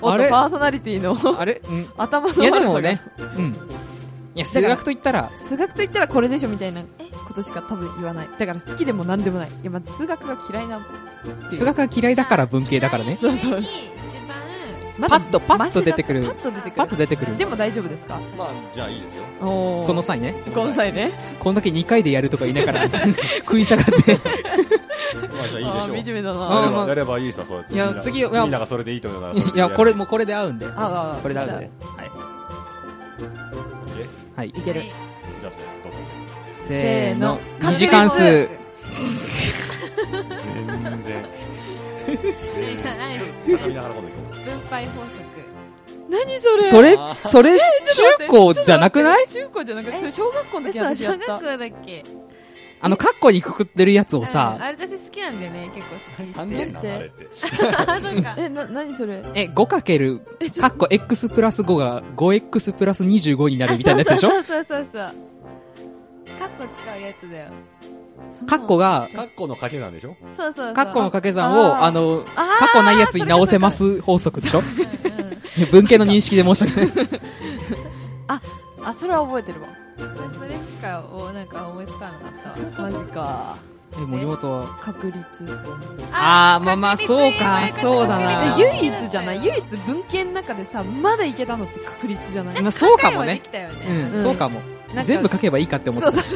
A: お
C: あ
A: っと
C: れ
A: パーソナリティの
C: あれうん。
A: 頭
C: い
A: の
C: や、で
A: 悪
C: も
A: さ
C: ね
A: が、
C: うん。いや、数学と言ったら、
A: 数学と言ったらこれでしょみたいなことしか多分言わないだから好きでも何でもないいやまず数学が嫌いな
C: 数学が嫌いだから文系だからね。
A: そうそう
B: 一番
A: まだ
C: パッとパッと
A: マシだ
C: 出てくる
A: パッと出てくる
C: パッと出てくる。
A: でも大丈夫ですか
D: まあ、じゃあいいですよ。
A: おー
C: この際ね。
A: この際ね
C: こんだけ2回でやるとか言いながら、 食い下が って。
D: まあ、じゃあい
A: ああ
D: いで
A: ー惨
D: しょう。
A: めだ
C: あ
A: な
D: や
C: ー
D: れ
C: ま
D: ばやればいいさ、そうやって。
C: いや
D: みんな
C: 次はいや
D: みんながそれでいいと思うならそれ
C: い
D: でや
C: や、
D: る
C: これ、もうこれで合うんで。
A: ああ
C: これで合うんで。
D: え
C: はい
A: い。ける
D: じゃあ、それどうぞ。
C: せーの。
A: せーの
C: 二次関数。
B: 分
D: 全然。全然ちょっと高見ながら今度行こ
B: 配法則
A: 何それ
C: それ
D: あ、ー
C: それ、
A: ちょっと待
C: 中
A: っ
C: 高
A: て
C: じゃなくない
A: ちょっと待って中高じゃなくない
B: え
A: それ小学校の時
B: 嘘
A: 私や
B: 小
A: っ
B: 学
A: た
B: 校だっけ
C: あの、カッコにくくってるやつを
B: うん
C: さ、
B: あれ私好きなんだよね結構好
D: う。
B: き
D: 単
B: して
D: 純なのあれって。
B: あそうか
A: えな何それ
C: え、5かける、カッコ X プラス5が 5X プラス25になるみたいなやつでしょ
B: そうそうそうそうカッコ使うやつだよ
C: カッコが、
D: カッコの賭けなんでしょ
B: そうそうそう
C: カッコの掛け算
A: あ
C: を、
A: ー
C: あの、
B: あー
C: カッコないやつに直せます法則でしょ
B: うんうん
C: いや文系の認識で申し訳ない。
A: あそれは覚えてるわ
B: 私それしかおなんか思いつかなかったわ
A: マジか
C: え、森本は。
A: 確率
C: あー、まあまあ、そうか、そうだ
A: え
C: な。
A: 唯一じゃない唯一文系の中でさまだいけたのって確率じゃない
C: まあ、そうかも
B: はで
C: ね
B: き。たよ
C: う
B: ね
C: ん、そうかも
A: な。んか
C: 全部書けばいいかって思ってた。
D: 確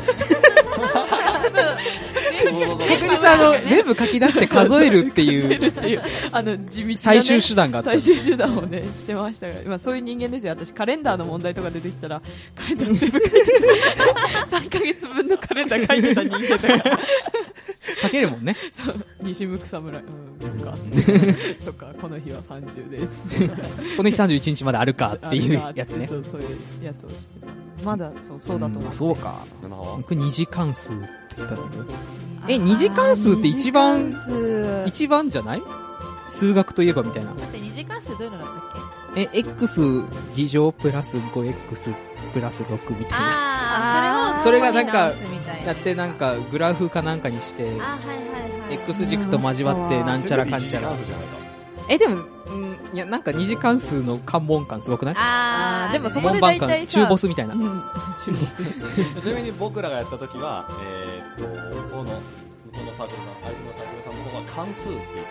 C: 確率あの、全部書き出して数えるっていう、
A: あの地道なね
C: 最終手段があった。
A: 最終手段をね してましたが今そういう人間ですよ私カレンダーの問題とか出てきたらカレンダー全部書いてた3ヶ月分のカレンダー書いてた人間だから
C: 書けるもんね。
A: そう西向く侍うんそっ かそっかこの日は30でつって
C: この日31日まであるかっていう
A: あれだ
C: やつね。
A: そうそういうやつをしてたまだそうそうだと思
C: ん
A: う
C: あそうか。
D: 七は
C: 僕二次関数って言ったんだけど。
B: うん
C: え、二次関数って一番
A: 二次、関数
C: 一番じゃない数学といえばみたいな。
B: 待って二次関数どういうのだったっけ
C: え、x 事乗プラス 5x プラス6みたいな。
B: あ
A: あー
B: あ
C: それがなんか
B: や
C: やってなんかグラフかなんかにして、
B: あーはいはいはい
C: x 軸と交わってなんちゃらかんちゃら
D: 全部。で一時間数じゃないか
C: え、でも、うんいや、なんか二次関数の関門感すごくない
B: あ
A: あー
B: あ
A: でもそこ
C: 門
A: で
C: 番
A: 大体さ
C: 感、中ボスみたいな
A: う。ん中国
D: ちなみに僕らがやった時は、えーっと、向こうの、向こうのサークルさん、相手のサークルさんの方が関数って言って、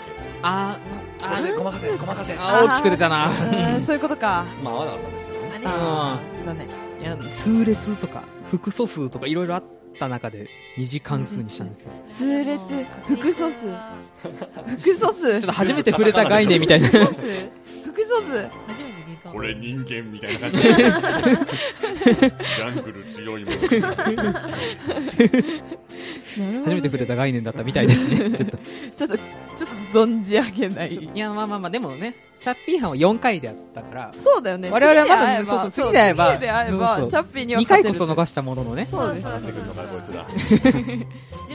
C: あー
D: あれでごまかせ、ごまかせ。ま
C: あー、大きく出たな。
A: うんそういうことか
D: あ、合わなかったんですけどね。
B: あれ
C: あ
A: 残念
C: いや、数列とか、複素数とかいろいろあった中で、二次関数にしたんですよ。
A: 数列複素数複素数
C: ちょっと初めて触れた概念みたいな。
A: 複素数複素数
B: 初めて聞いた
D: これ人間みたいな感じで。ジャングル強いもの。
C: 初めて触れた概念だったみたいです ね。ちょっと。
A: ちょっと、ちょっと存じ上げない。
C: いや、まあまあまあ、でもね、チャッピー班は4回であったから、
A: そうだよね。
C: 我々はま
A: 次で会え
C: だ
A: ば
C: そうそう次で会えば
A: 次で会えば
C: そうそう
A: チャッピーには
C: 2
A: 勝
C: 回
A: てる
C: こそ逃したもののね。
A: そうです。
B: そう
D: 出てくるのかな、こいつら。
B: 準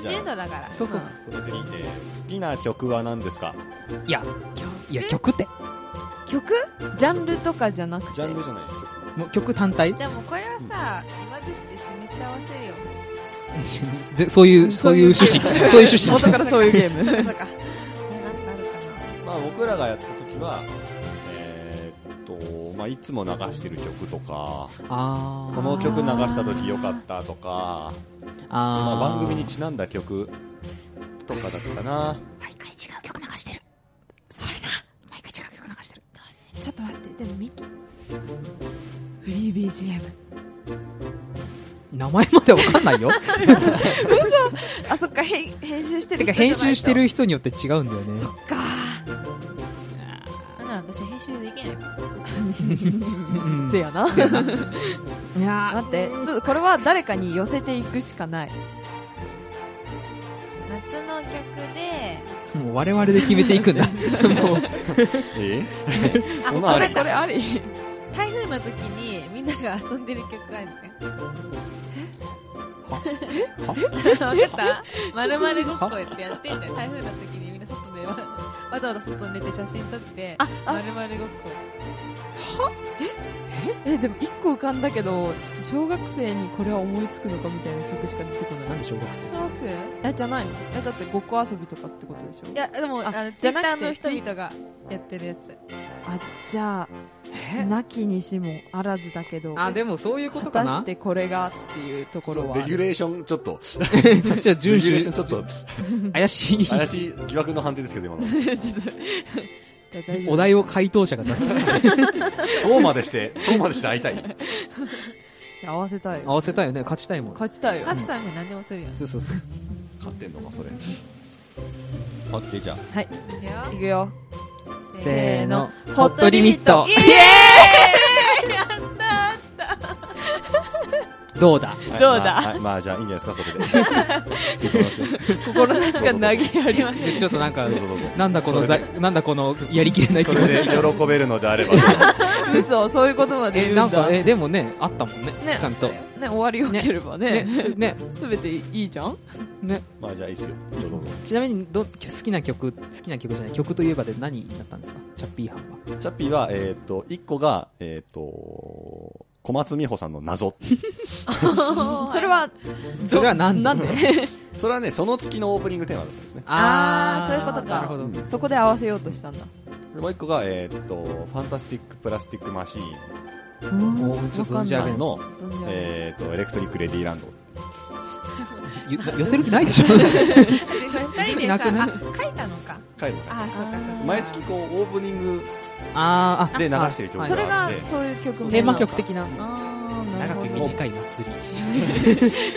B: 備運動だから
C: そうそうそうそう。
D: 次に、えー好きな曲は何ですか
C: いや、いや、曲って。
A: 曲ジャンルとかじゃなく
D: ジ
A: て
D: ャ。ンルじゃない曲。
C: もう曲単体
B: じゃあもうこれはさ今ずして示し合わせるよ
C: ぜ そういう、 そういう趣旨。そういう趣旨。
A: 元からそういうゲーム。
B: そうかそうかえなんかあるか
D: まあ僕らがやった時は、えーっと、まあいつも流してる曲とか、
C: あー
D: この曲流した時良かったとか、まあ、
C: あー
D: 番組にちなんだ曲とかだったかな
A: 毎回違う曲流してる。それな。毎回違う曲流してる。ちょっと待って、でもミキ。フリー BGM。
C: 名前までわかんない よ。
A: あ、そっか、へん編集してる人じゃな
C: てか
A: い
C: 編
A: と
C: 集して。る人によって違うんだよね
A: そ。っか。
B: ななんなら私編集できない
C: うん
A: せやな。
C: いやー
A: 待って、ちょっとこれは誰かに寄せていくしかない。
B: 夏の曲で
C: もう我々で決めていくん だ。もう、
D: え
B: あ
D: そんなのある
B: これ
A: あり
B: 台風の時にみんなが遊んでる曲あるじ ゃん。わかったまるまるごっこってやってんじゃん。台風の時にみんな外でわわざわざ外に出て写真撮って、
A: ああ
B: まるまるごっこ。
A: えでも一個浮かんだけどちょっと小学生にこれは思いつくのかみたいな曲しか出てこな
C: ないんで小学生
B: 小学生い
A: えじゃないのえだってごっこ遊びとかってことでしょ
B: や、でも、あの、ツ
A: じ
B: イ
A: ゃ
B: ッ
A: な
B: タ
A: くて
B: ーの人々がやってるやつ。
A: あじゃあなきにしもあらずだけど
C: あ、でもそういうこ
A: 果
C: とか
A: た
C: な
A: してこれがっていうところは
D: レギュレーションちょっ と、
C: じゃあ、
D: レ
C: 順
D: ギュレーショ
C: 守
D: ンちょっと
C: 怪しい。
D: 怪しい疑惑の判定ですけど、今の。
A: ちょっとじゃあ大丈夫
C: お題を回答者が出 す。
D: そうまでして、そうまでして会いたい。
A: いや合わせたい
C: 合わせたいよね。勝ちたいもん。
A: 勝ちたいよ
B: 勝つために何でもするよね。
C: そうそうそう。
D: 勝ってんのか、それ。オッケーじゃあ。
B: いや
A: いくよ
C: せーの。
A: ホットリミット
C: イエーイどうだ
D: はい
A: どうだ
D: まあはいまあ、じゃあいいんじゃないですか、それで。いいと思いますよ
A: 心なしか投げやりまし
C: ちょちょっとなんか
D: どう、ぞどう ぞ
C: なんだこのざ、なんだこの、やりきれない気
D: それ
C: 持
D: で
C: ち。
D: 喜べるのであれば。
A: た 嘘そういうことまで言
C: え、
A: うん
C: な
A: だ
C: んか、え、でもね、あったもんね。
A: ね
C: ちゃんと。
A: ね終わりよければね
C: ね、すね、
A: すべていいじゃん
C: ね。
D: まあ、じゃあいいっすよ。どうぞどうぞ。
C: ちなみに、ど、好きな曲、好きな曲じゃない、曲といえばで何だったんですかチャッピーハンは。
D: チャッピーは、えっと、1個が、えっと、小松美穂さんの謎。
A: それは
C: それはなんで
A: なんで
D: それはね、その月のオープニングテーマだったんですね。
A: あーそういうことか
C: なるほど。
A: そこで合わせようとしたんだ
D: でもう1個が、えっと、ファンタスティック・プラスティック・マシーン
A: も
C: うちょっと存じ上げん
D: の
A: 存じ上げん
D: えー、とエレクトリック・レディーランド
C: ゆ寄せる気ないでしょ
B: 二人でさ、
C: な
B: あ、
C: くない
B: 書いたのか。
D: 帰るのか
B: あ、そうかそうか。
D: 毎月こうオープニング
C: あーあ。
D: で流してる曲
C: はい
A: それ
D: あ
A: が
D: って
A: そういう曲名
C: テー
A: な
C: マ
A: の
C: 曲的な。
A: あーなるほど
D: く短
C: い祭り。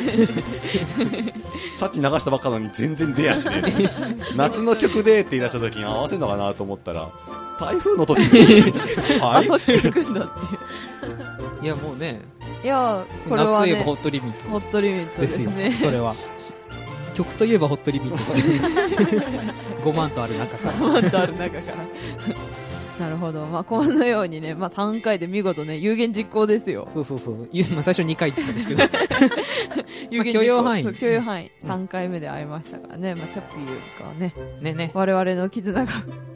D: さっき流したばっかのに全然出やしねえ 夏の曲でって言い出した時に合わせるのかなと思ったら台風の時 は
A: あ
D: い
A: そっち行くんだっていう
C: いや、もうね、
A: いやこれ
C: 夏
A: は
C: といえばホ
A: ね
C: ットリミッ
A: ホットリミッ
C: ト
A: ト
C: で
A: ですす
C: よ。
A: ね
C: それは。曲といえばホットリミットですよ。5万 とある中から。
A: コマンドある中からなるほどまあこのようにねまあ3回で見事ね有言実行ですよ
C: そうそうそう。ゆまあ、最初2回って言ったんですけど。
A: 有言実行
C: 許容範囲
A: そう許容範囲
C: うん
A: 3回目で会いましたからねまあチャッピーよりかはね
C: ねね。
A: 我々の絆が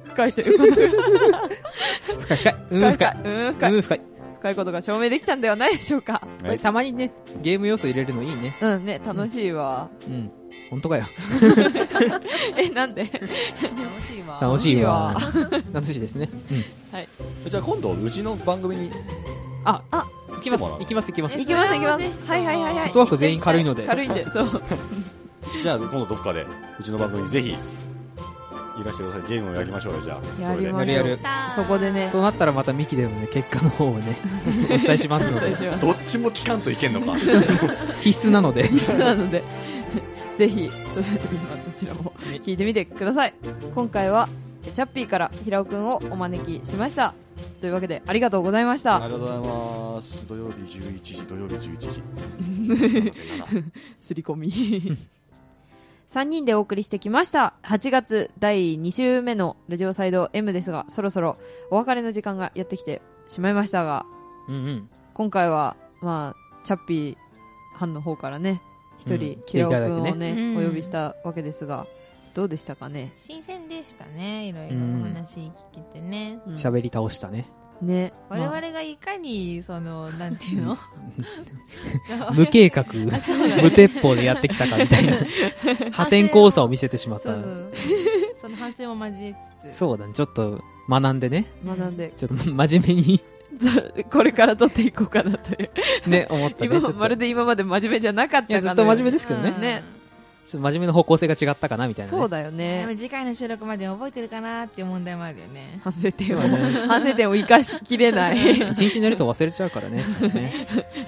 A: 深いということが
C: 深い深い。う
A: 深
C: ん、
A: い
C: 深い。
A: うん深い
C: うん、深い。
A: 深いことが証明できたんではないでしょうか
C: これたまにね、ゲーム要素入れるのいいね。
A: うんね楽しいわ
C: うん。本当かよ。
A: えなんで
B: 楽しいわ。
C: 楽しいわ
A: 楽。
C: 楽しいですね。うん。
D: じゃあ今度うちの番組に
C: あ、
A: あ
C: 行きます。行きます、行きます。
A: 行
B: え
C: フ
A: きます行きますはいはいはいは
C: ッ
A: い
C: トワーク全員軽いので。
A: 軽いんでそう
D: じゃあ今度どっかでうちの番組にぜひいらしてくださいゲームをやりましょうよじゃあ
A: やりま
C: や
A: し
C: るやる。
A: そこでね
C: そうなったらまたミキでもね、結果の方をね、お伝えしますの
A: お伝え
C: で
A: し。ます
D: どっちも聞かんといけん のか
C: 必須なので。
A: なので、 ぜひ、それぞれ今どちらも聞いてみてください。今回は、チャッピーから平尾くんをお招きしました。というわけで、ありがとうございまし
D: あ
A: た。
D: りがとうございます土曜日11時土曜日11時
A: すり込み。3人でお送りしてきました。8月第2週目のラジオサイド M ですが、そろそろお別れの時間がやってきてしまいましたが、
C: うんうん。
A: 今回は、まあ、チャッピー班の方からね、一
C: う
A: 人
C: ん、来てい
A: 平尾
C: ただい
A: く
C: てね
A: んをね、
B: うん
A: お呼びしたわけですが、どうでしたかね
B: 新鮮でしたね。いろいろお話聞けてね。
A: うん
C: 喋り倒したね。
A: ね。
B: 我々がいかに、その、なんていうの
C: 無計画、
B: そうだね
C: 無鉄砲でやってきたかみたいな。破天荒さを見せてしまっ
B: そ
C: た
B: う。そう。その反省も交えつつ。
C: そうだね。ちょっと学んでね。
A: まあ学んで、
C: ちょっと真面目に
A: これから撮っていこうかなという。
C: ね、思ったね。
A: 今
C: ちょ
A: は
C: っと
A: まるで今まで真面目じゃなかった
C: い
A: か
C: や、ずっと真面目
A: 目
C: ですけどね。
B: うん
A: ね
C: ちょっと真面目の方向性が違ったかなみたいな、ね。
A: そうだよ
B: でも
A: ね。
B: 次回の収録まで覚えてるかなっていう問題もあるよね。
A: 反省点を
C: そうだ、。
A: 反省点を生かしきれない
C: 一日寝ると忘れちゃうから ね。ちょっとね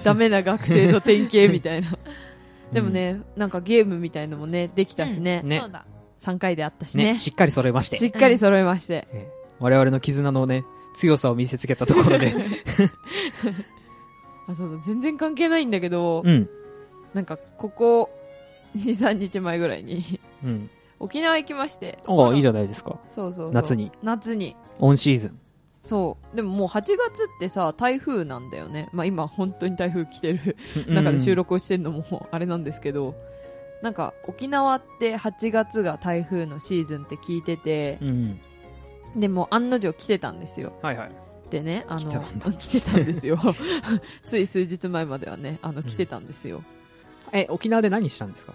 A: ダメな学生の典型みたいな。でも、ね、なんかゲームみたいのもね、できたしね
C: うん。ね
B: そうだ。
A: 3回であったし
C: ね
A: ね。
C: しっかり揃えまして。
A: しっかり揃えまして。
C: ええ我々の絆のね、強さを見せつけたところ で。
A: あ、そうだ、全然関係ないんだけど
C: う、ん。
A: なんかここ2、3日前ぐらいに
C: うん。
A: 沖縄行きまして。
C: おいいじゃないですか。
A: そうそうそう。
C: 夏。に。
A: 夏に。
C: オンシーズン。
A: そう。でももう8月ってさ、台風なんだよね。まあ今本当に台風来てる
C: うん
A: 中で収。録をしてるのも あれなんですけど、なんか沖縄って8月が台風のシーズンって聞いてて
C: う、ん。
A: でも案の定来てたんですよ。
C: はいはい。
A: でね、あの、
C: 来てたん
A: 来てたんですよ。つい数日前まではね、あの、来てたんですよ。
C: え、沖縄で何したんですか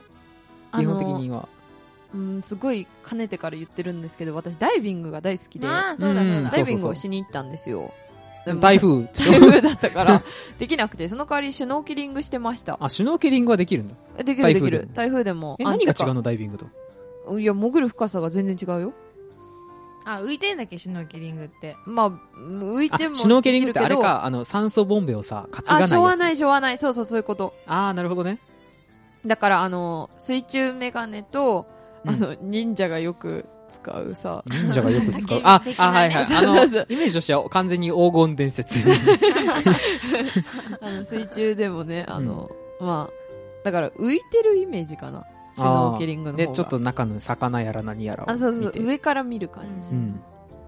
A: あ
C: 基
A: の
C: 本的には。
A: うん、すごいかねてから言ってるんですけど、私ダイビングが大好きで、
B: ああ、そうだそう
C: うん
A: ダ
B: だ
C: そ。
A: イ
C: うそ
A: ビ
C: う
A: ング
C: そう
A: をしに行ったんですよ。
C: で
A: でも
C: も台風でしょ
A: 台風だったから、できなくて、その代わりシュノーケリングしてました。
C: あ、シュノーケリングはできるんだ。
A: えできる
C: 台
A: で
C: 風
A: き
C: でも
A: る。台風でも。
C: え、
A: あん
C: 何が
A: てか
C: 違うのダイビングと。
A: いや、潜る深さが全然違うよ。
B: あ、浮いてんだっけ、シュノーケリングって。
A: まあ、浮い
C: あ、シ
A: ても
C: ュノーケリングってあれ
A: できるけど。
C: か、あの、酸素ボンベをさ、担がない
A: あ、
C: やつ。
A: しょうがない、しょうがない。そうそう、そういうこと。
C: あー、なるほどね。
A: だから、あの、水中メガネと、
C: うん
A: あの、忍者がよく使うさ、
C: 忍者がよく 使う。
B: 焚
C: あ
B: き火的、な
C: あ、はい
B: ね
C: はい。
A: そう
C: あ
A: そう
C: の
A: そう、
C: イメージとしては完全に黄金伝説。
A: あの水中でもね、あの、まあ、だから浮いてるイメージかな。シュノーケリングの方
C: で、
A: が。
C: ちょっと中の魚やら何やらを
A: あ、
C: 見
A: そうそう、
C: て。
A: 上から見る感じ。
C: うん。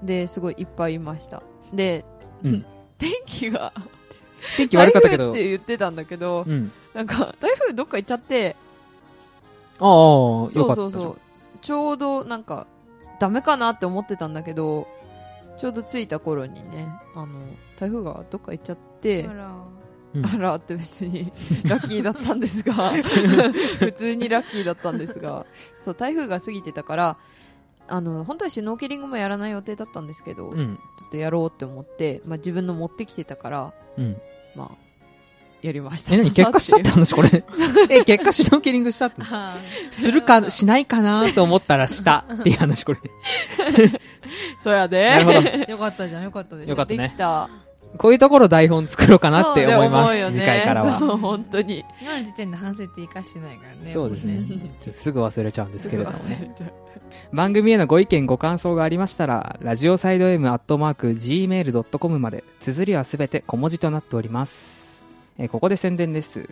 A: で、すごいいっぱいいました。で、
C: うん
A: 天気が、
C: 天気悪かったけ
A: 台
C: ど
A: 風っ。て言ってたんだけど、
C: うん。
A: なんか、台風どっか行っちゃって、
C: ああ、よ
A: そう
C: か
A: そう
C: ったじゃ
A: そ
C: ん。
A: う。ちょうど、なんか、ダメかなって思ってたんだけど、ちょうど着いた頃にね、あの、台風がどっか行っちゃって
B: あ、ら。
C: うん
A: あらって別 にラッキーだったんですが普通にラッキーだったんですがそう台風が過ぎてたからあの本当はシュノーケリングもやらない予定だったんですけど、
C: う
A: ちょ
C: ん。
A: っとやろうって思って、まあ、自分の持ってきてたから、
C: うん。
A: まあ、やりました
C: え、何結果したって話これ。え、結果シュノーケリングしたって。
B: あ
C: するか、しないかなと思ったら したっていう話これ。
A: そうやで
C: なるほど。
B: ーよかったじゃん、よかったです。
C: よかったね
A: できた
C: こういうところ台本作ろうかなって思いま
A: そう
C: す。
A: ね
C: 次回からは。
A: そう本当に
B: 今の時点で反省って生かしてないからね。
C: そうですね。ちょっとすぐ忘れちゃうんですけれども
A: すぐ
C: ね。
A: 忘れちゃう
C: 番組へのご意見ご感想がありましたら、ラジオサイド M アットマーク Gmail.com まで、綴りはすべて小文字となっております。えーここで宣伝です。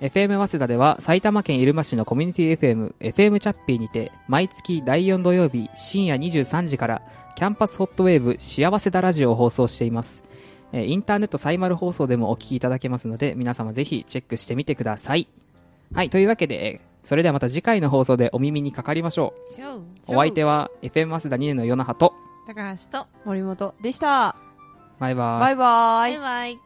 C: FM 早稲田では埼玉県入間市のコミュニティ FM、FM チャッピーにて、毎月第4土曜日深夜23時から、キャンパスホットウェーブ幸せだラジオを放送しています。えーインターネットサイマル放送でもお聞きいただけますので、皆様ぜひチェックしてみてください。はい、というわけで、えーそれではまた次回の放送でお耳にかかりましょう。
B: ショー。
C: お相手は FM マスダ2年のヨナハと
B: 高橋と。
A: 森本でした
C: バイバイ
A: バイバイ
B: バイ。